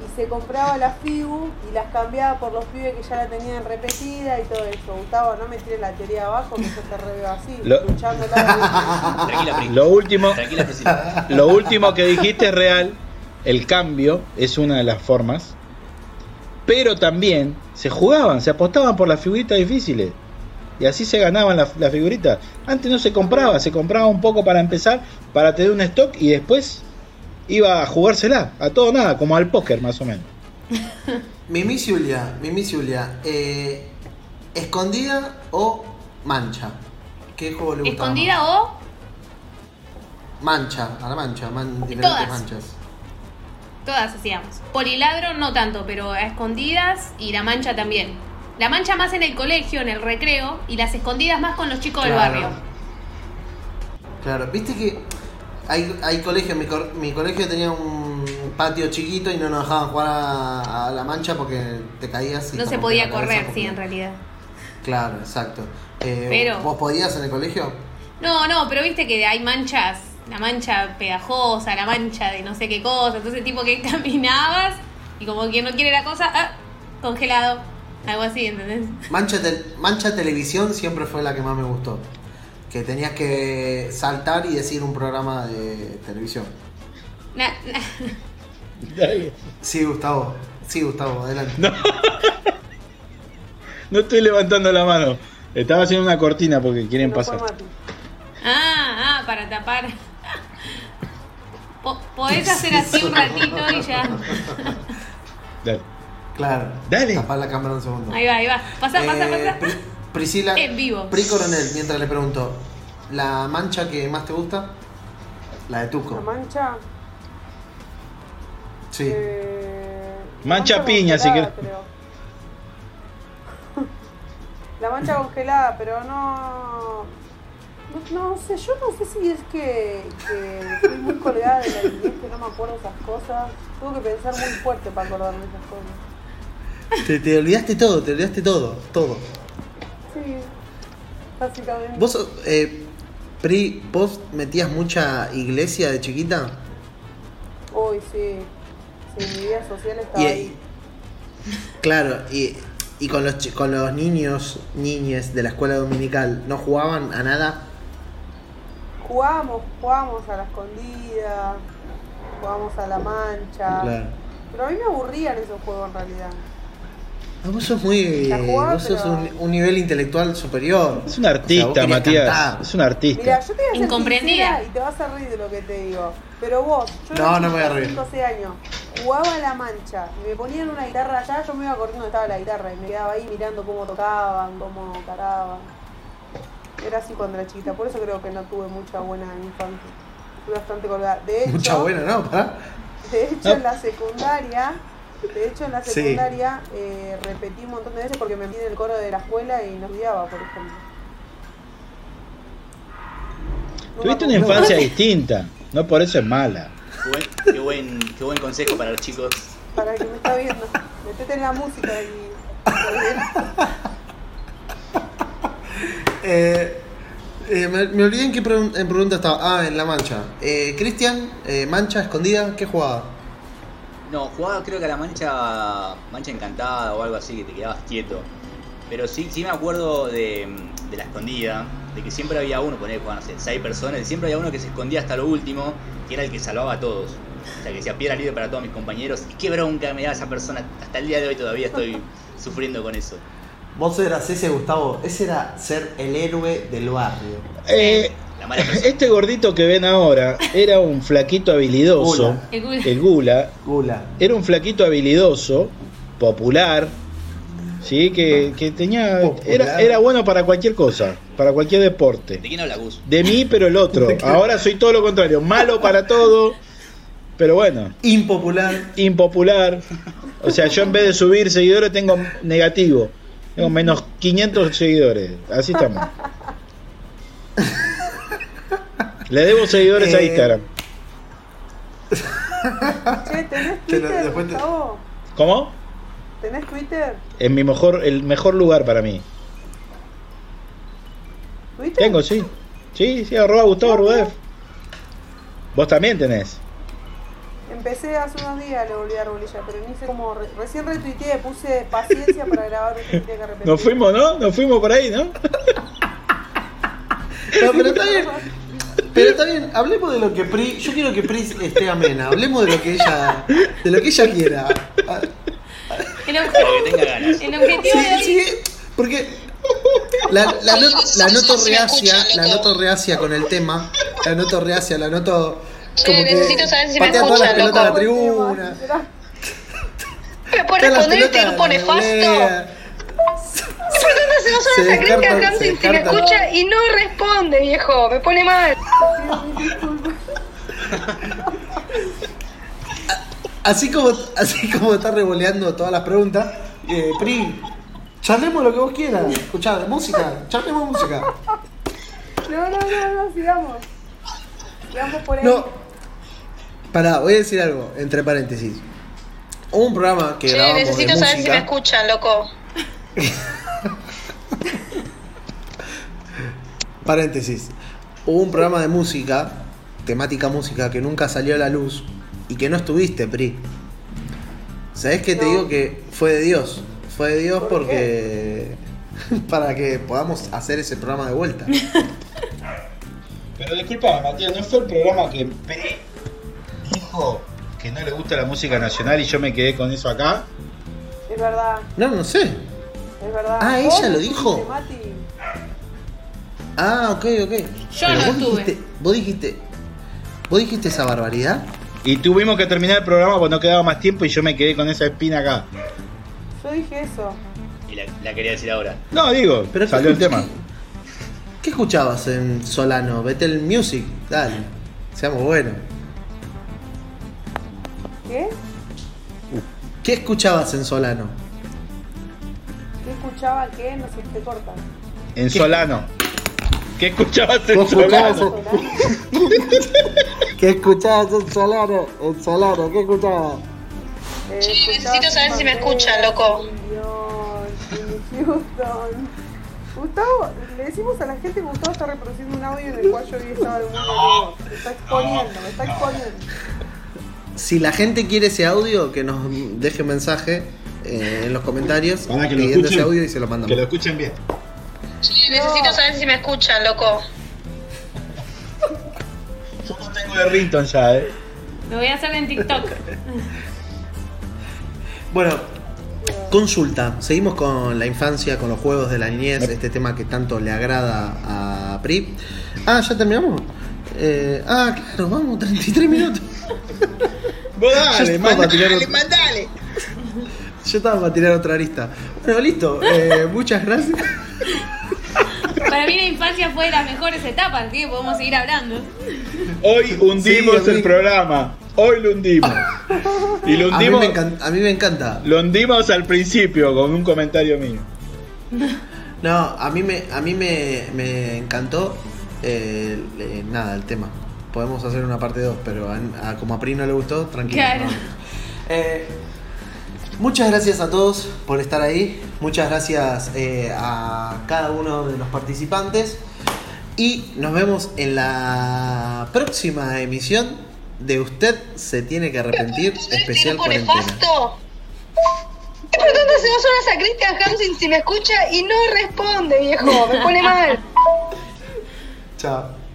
Speaker 6: y se compraba las figu y las cambiaba por los pibes que ya la tenían repetida y todo eso. Gustavo, no me tires la teoría abajo que yo te reveo así,
Speaker 2: Lo-
Speaker 6: luchándola.
Speaker 8: Tranquila, Pri.
Speaker 2: ah. Lo último,
Speaker 8: Tranquila, Priscila.
Speaker 2: lo último que dijiste es real. El cambio es una de las formas. Pero también se jugaban, se apostaban por las figuritas difíciles. Y así se ganaban las las figuritas. Antes no se compraba, se compraba un poco para empezar, para tener un stock y después iba a jugársela, a todo o nada, como al póker más o menos.
Speaker 1: Mimi Julia, Mimi Julia, eh, ¿escondida o mancha? ¿Qué juego le gustaba? más?
Speaker 9: Escondida o.
Speaker 1: Mancha, a la mancha, man, diferentes
Speaker 9: Todas.
Speaker 1: manchas.
Speaker 9: Todas hacíamos. Polilagro no tanto, pero a escondidas y la mancha también. La mancha más en el colegio, en el recreo, y las escondidas más con los chicos
Speaker 1: Claro.
Speaker 9: del barrio.
Speaker 1: Claro, viste que hay, hay colegios, mi, cor- mi colegio tenía un patio chiquito y no nos dejaban jugar a, a la mancha porque te caías y
Speaker 9: No
Speaker 1: te
Speaker 9: se
Speaker 1: rompías
Speaker 9: podía
Speaker 1: la cabeza
Speaker 9: correr,
Speaker 1: porque-
Speaker 9: sí, en realidad.
Speaker 1: Claro, exacto. Eh,
Speaker 9: Pero-
Speaker 1: ¿Vos podías en el colegio?
Speaker 9: No, no, pero viste que hay manchas, la mancha pegajosa, la mancha de no sé qué cosa, entonces tipo que caminabas y como quien no quiere la cosa, ah, congelado, algo así, ¿entendés?
Speaker 1: Mancha, tel- mancha televisión siempre fue la que más me gustó. Que tenías que saltar y decir un programa de televisión.
Speaker 9: Na- na-
Speaker 1: Sí, Gustavo. Sí, Gustavo, adelante.
Speaker 2: No estoy levantando la mano. Estaba haciendo una cortina porque quieren
Speaker 6: No fue
Speaker 2: pasar.
Speaker 6: Mati.
Speaker 9: Ah, ah, para tapar. Po- podés hacer así un ratito y ya.
Speaker 2: Dale.
Speaker 1: Claro.
Speaker 2: Dale.
Speaker 1: Tapá la cámara un segundo.
Speaker 9: Ahí va, ahí va. Pasa, pasa,
Speaker 1: Eh,
Speaker 9: pasa.
Speaker 1: Pri- Priscila.
Speaker 9: En vivo.
Speaker 1: Pri Coronel, mientras le pregunto. ¿La mancha que más te gusta? La de
Speaker 6: La
Speaker 1: Tuco.
Speaker 6: mancha.
Speaker 1: Sí.
Speaker 6: Eh,
Speaker 2: Mancha piña, si
Speaker 6: congelada,
Speaker 2: querés.
Speaker 6: creo. La mancha congelada, pero no, no. no sé, yo no sé si es que, que fui muy colgada de la niñez, que no me acuerdo esas cosas. Tengo que pensar muy fuerte para acordarme de esas cosas.
Speaker 1: Te, te olvidaste todo, te olvidaste todo, todo.
Speaker 6: Sí, básicamente.
Speaker 1: Vos, sos- eh, Pri, vos metías mucha iglesia de chiquita.
Speaker 6: Hoy sí. Sí, mi vida social estaba
Speaker 1: Y,
Speaker 6: ahí.
Speaker 1: claro, y, y con, los, chi- con los niños, niñes de la escuela dominical, ¿no jugaban a nada?
Speaker 6: Jugábamos, jugábamos a la escondida, jugábamos a la mancha. Pero a mí me aburrían esos juegos en realidad.
Speaker 1: Ah, vos sos muy.
Speaker 6: La jugaba,
Speaker 1: vos sos
Speaker 6: pero-
Speaker 1: un, un nivel intelectual superior.
Speaker 2: Es un artista,
Speaker 1: O sea, vos querías
Speaker 2: Matías.
Speaker 1: cantar.
Speaker 2: Es un artista.
Speaker 6: Mira, yo te voy a ser
Speaker 9: Incomprendida.
Speaker 6: sincera y te vas a reír de lo que te digo. Pero vos, yo
Speaker 1: No,
Speaker 6: era
Speaker 1: no me voy a
Speaker 6: chica,
Speaker 1: reír.
Speaker 6: cinco, seis años, jugaba a la mancha, y me ponían una guitarra allá, yo me iba corriendo donde estaba la guitarra y me quedaba ahí mirando cómo tocaban, cómo caraban. Era así cuando era chiquita, por eso creo que no tuve mucha buena infancia. Fui bastante colgada. De hecho,
Speaker 1: Mucha buena, ¿no? Pará.
Speaker 6: De hecho, en la secundaria, de hecho, en la
Speaker 1: Sí.
Speaker 6: secundaria eh, repetí un montón de veces porque me metí en el coro de la escuela y no estudiaba, por ejemplo.
Speaker 2: Tuviste una infancia distinta, no por eso es mala.
Speaker 8: Qué buen, qué buen, qué buen consejo para los chicos.
Speaker 6: Para el que me está viendo. Metete en la música y.
Speaker 1: Eh, eh, me, me olvidé en qué pregun- en pregunta estaba. Ah, en la mancha. Eh, Cristian, eh, mancha escondida, ¿qué jugaba?
Speaker 8: No, jugaba creo que a la mancha mancha encantada o algo así, que te quedabas quieto. Pero sí, sí me acuerdo de, de la escondida, de que siempre había uno, poner no sé, seis personas, y siempre había uno que se escondía hasta lo último, que era el que salvaba a todos. O sea, que decía piedra libre para todos mis compañeros. Y qué bronca me da esa persona. Hasta el día de hoy todavía estoy sufriendo con eso.
Speaker 10: Vos eras ese, Gustavo. Ese era ser el héroe del barrio.
Speaker 2: Eh,
Speaker 8: La mala persona.
Speaker 2: este gordito que ven ahora era un flaquito habilidoso.
Speaker 10: Gula.
Speaker 9: El gul-
Speaker 2: El Gula
Speaker 10: Gula.
Speaker 2: era un flaquito habilidoso, popular, ¿sí? que, que tenía.
Speaker 1: Popular.
Speaker 2: Era, era bueno para cualquier cosa, para cualquier deporte.
Speaker 8: ¿De quién habla Gus?
Speaker 2: De mí, pero el otro. Ahora soy todo lo contrario, malo para todo, pero bueno,
Speaker 1: Impopular.
Speaker 2: impopular. O sea, yo en vez de subir seguidores tengo negativo. Tengo menos 500 seguidores. Así estamos. Le debo seguidores a
Speaker 1: Eh,
Speaker 2: Instagram.
Speaker 6: Che, ¿tenés
Speaker 1: Te lo-
Speaker 6: Twitter,
Speaker 1: después te-
Speaker 6: Gustavo?
Speaker 2: ¿Cómo?
Speaker 6: ¿Tenés Twitter?
Speaker 2: En mi mejor, el mejor lugar para mí.
Speaker 6: ¿Twitter?
Speaker 2: Tengo, sí. Sí, sí, arroba Gustavo Rudef. Vos también tenés.
Speaker 6: Empecé hace unos días, le volví a dar bolilla, pero ni sé cómo. re- Recién retuiteé, puse paciencia para grabar un tweet que arrepentí.
Speaker 2: Nos fuimos, ¿no? Nos fuimos por ahí, ¿no?
Speaker 1: No, pero está bien. Pero está bien, hablemos de lo que Pri. Yo quiero que Pri esté amena. Hablemos de lo que ella. De lo que ella quiera. Ah,
Speaker 9: El objetivo,
Speaker 8: Que tenga ganas.
Speaker 9: el objetivo
Speaker 1: Sí,
Speaker 9: de hoy
Speaker 1: sí, porque. La, la no- la noto reacia, la noto reacia con el tema. La noto reacia, la noto. Como que
Speaker 4: Eh, necesito saber si me
Speaker 1: patea todas las
Speaker 4: escuchan,
Speaker 1: pelotas a la
Speaker 4: loco.
Speaker 1: tribuna.
Speaker 4: Me puedes
Speaker 1: patea las
Speaker 4: responder y
Speaker 1: pelotas
Speaker 4: te
Speaker 1: a la
Speaker 4: grupo nefasto.
Speaker 1: volea.
Speaker 4: Preguntando hace dos
Speaker 1: Se
Speaker 4: horas a Cristian
Speaker 1: descarta-
Speaker 4: Campi
Speaker 1: se
Speaker 4: si me
Speaker 1: descarta.
Speaker 4: escucha y no responde, viejo. Me pone mal.
Speaker 1: Así como, así como está revoleando todas las preguntas, eh, Pri, charlemos lo que vos quieras. Escuchá, música, charlemos música.
Speaker 6: No, no, no, no, sigamos. Sigamos por ahí.
Speaker 1: No, pará, voy a decir algo, entre paréntesis. Hubo un programa que
Speaker 4: Che,
Speaker 1: grabamos
Speaker 4: necesito
Speaker 1: de
Speaker 4: saber si me
Speaker 1: música.
Speaker 4: escuchan, loco.
Speaker 1: paréntesis. Hubo un programa de música, temática música, que nunca salió a la luz y que no estuviste, Pri. ¿Sabés qué te
Speaker 6: No.
Speaker 1: digo? Que fue de Dios. Fue de Dios
Speaker 6: ¿Por
Speaker 1: porque. para que podamos hacer ese programa de vuelta.
Speaker 2: Pero disculpa, Matías, ¿no fue el programa que Pérez dijo que no le gusta la música nacional y yo me quedé con eso acá?
Speaker 6: Es verdad,
Speaker 1: No, no sé.
Speaker 6: es verdad.
Speaker 1: Ah,
Speaker 6: Vos
Speaker 1: ella lo
Speaker 6: no
Speaker 1: dijo.
Speaker 6: fuiste, Mati.
Speaker 1: Ah, ok, ok.
Speaker 9: Yo
Speaker 1: Pero
Speaker 9: no
Speaker 1: vos
Speaker 9: estuve.
Speaker 1: Dijiste, vos dijiste. ¿Vos dijiste esa barbaridad?
Speaker 2: Y tuvimos que terminar el programa porque no quedaba más tiempo y yo me quedé con esa espina acá.
Speaker 6: Yo dije eso.
Speaker 8: Y la, la quería decir ahora.
Speaker 2: No, digo,
Speaker 1: Pero
Speaker 2: salió el
Speaker 1: ¿qué-
Speaker 2: tema.
Speaker 1: ¿Qué escuchabas en Solano? Betel Music, dale. Seamos buenos.
Speaker 6: ¿Qué?
Speaker 1: ¿Qué escuchabas en Solano?
Speaker 6: ¿Qué escuchaba? ¿Qué? No sé, te cortan.
Speaker 2: En Solano. ¿Qué escuchabas en
Speaker 1: Vos escuchabas
Speaker 2: Solano?
Speaker 1: en-
Speaker 6: Eh,
Speaker 1: ¿Qué escuchabas en Solano? En Solano, ¿qué escuchabas?
Speaker 4: Sí, necesito saber si me escuchan, loco.
Speaker 6: Houston. Gustavo, le decimos a la gente que Gustavo está reproduciendo un audio en el cual yo vi estaba de un mundo Me está exponiendo, me está exponiendo.
Speaker 1: Si la gente quiere ese audio, que nos deje mensaje eh, en los comentarios
Speaker 2: Para que lo
Speaker 1: pidiendo ese
Speaker 2: escuchen.
Speaker 1: audio y se lo mandamos.
Speaker 2: Que lo escuchen bien.
Speaker 4: Sí, necesito saber si me escuchan, loco.
Speaker 2: Yo no tengo de Rinton ya, eh.
Speaker 9: Lo voy a hacer en TikTok.
Speaker 1: Bueno, consulta. Seguimos con la infancia, con los juegos de la niñez, este tema que tanto le agrada a Pri. Ah, ¿ya terminamos? Eh, ah, claro, vamos, 33 minutos.
Speaker 2: Vos
Speaker 1: Yo
Speaker 2: dale,
Speaker 1: estaba para tirar
Speaker 2: mandale,
Speaker 1: otro-
Speaker 2: mandale.
Speaker 1: Yo estaba para tirar otra arista. Bueno, listo. eh, muchas gracias.
Speaker 9: Para mí la infancia fue de las mejores etapas, así que podemos seguir hablando.
Speaker 2: Hoy hundimos
Speaker 1: Sí,
Speaker 2: el
Speaker 1: amigo.
Speaker 2: programa. Hoy lo hundimos. Y lo
Speaker 1: A mí, me
Speaker 2: hundimos,
Speaker 1: encan- a mí me encanta.
Speaker 2: lo hundimos al principio con un comentario mío.
Speaker 1: No, a mí me, a mí me, me encantó eh, eh, nada, el tema. Podemos hacer una parte 2, pero a, a- como a Pri no le gustó, tranquilo.
Speaker 9: Claro.
Speaker 1: no. Eh, muchas gracias a todos por estar ahí. Muchas gracias eh, a cada uno de los participantes. Y nos vemos en la próxima emisión de Usted se tiene que arrepentir, especial
Speaker 4: Tiempo
Speaker 1: cuarentena.
Speaker 4: nefasto. Por tanto, hacemos una sacrista a Hamsin si me escucha y no responde, viejo. Me pone mal.
Speaker 1: Chao.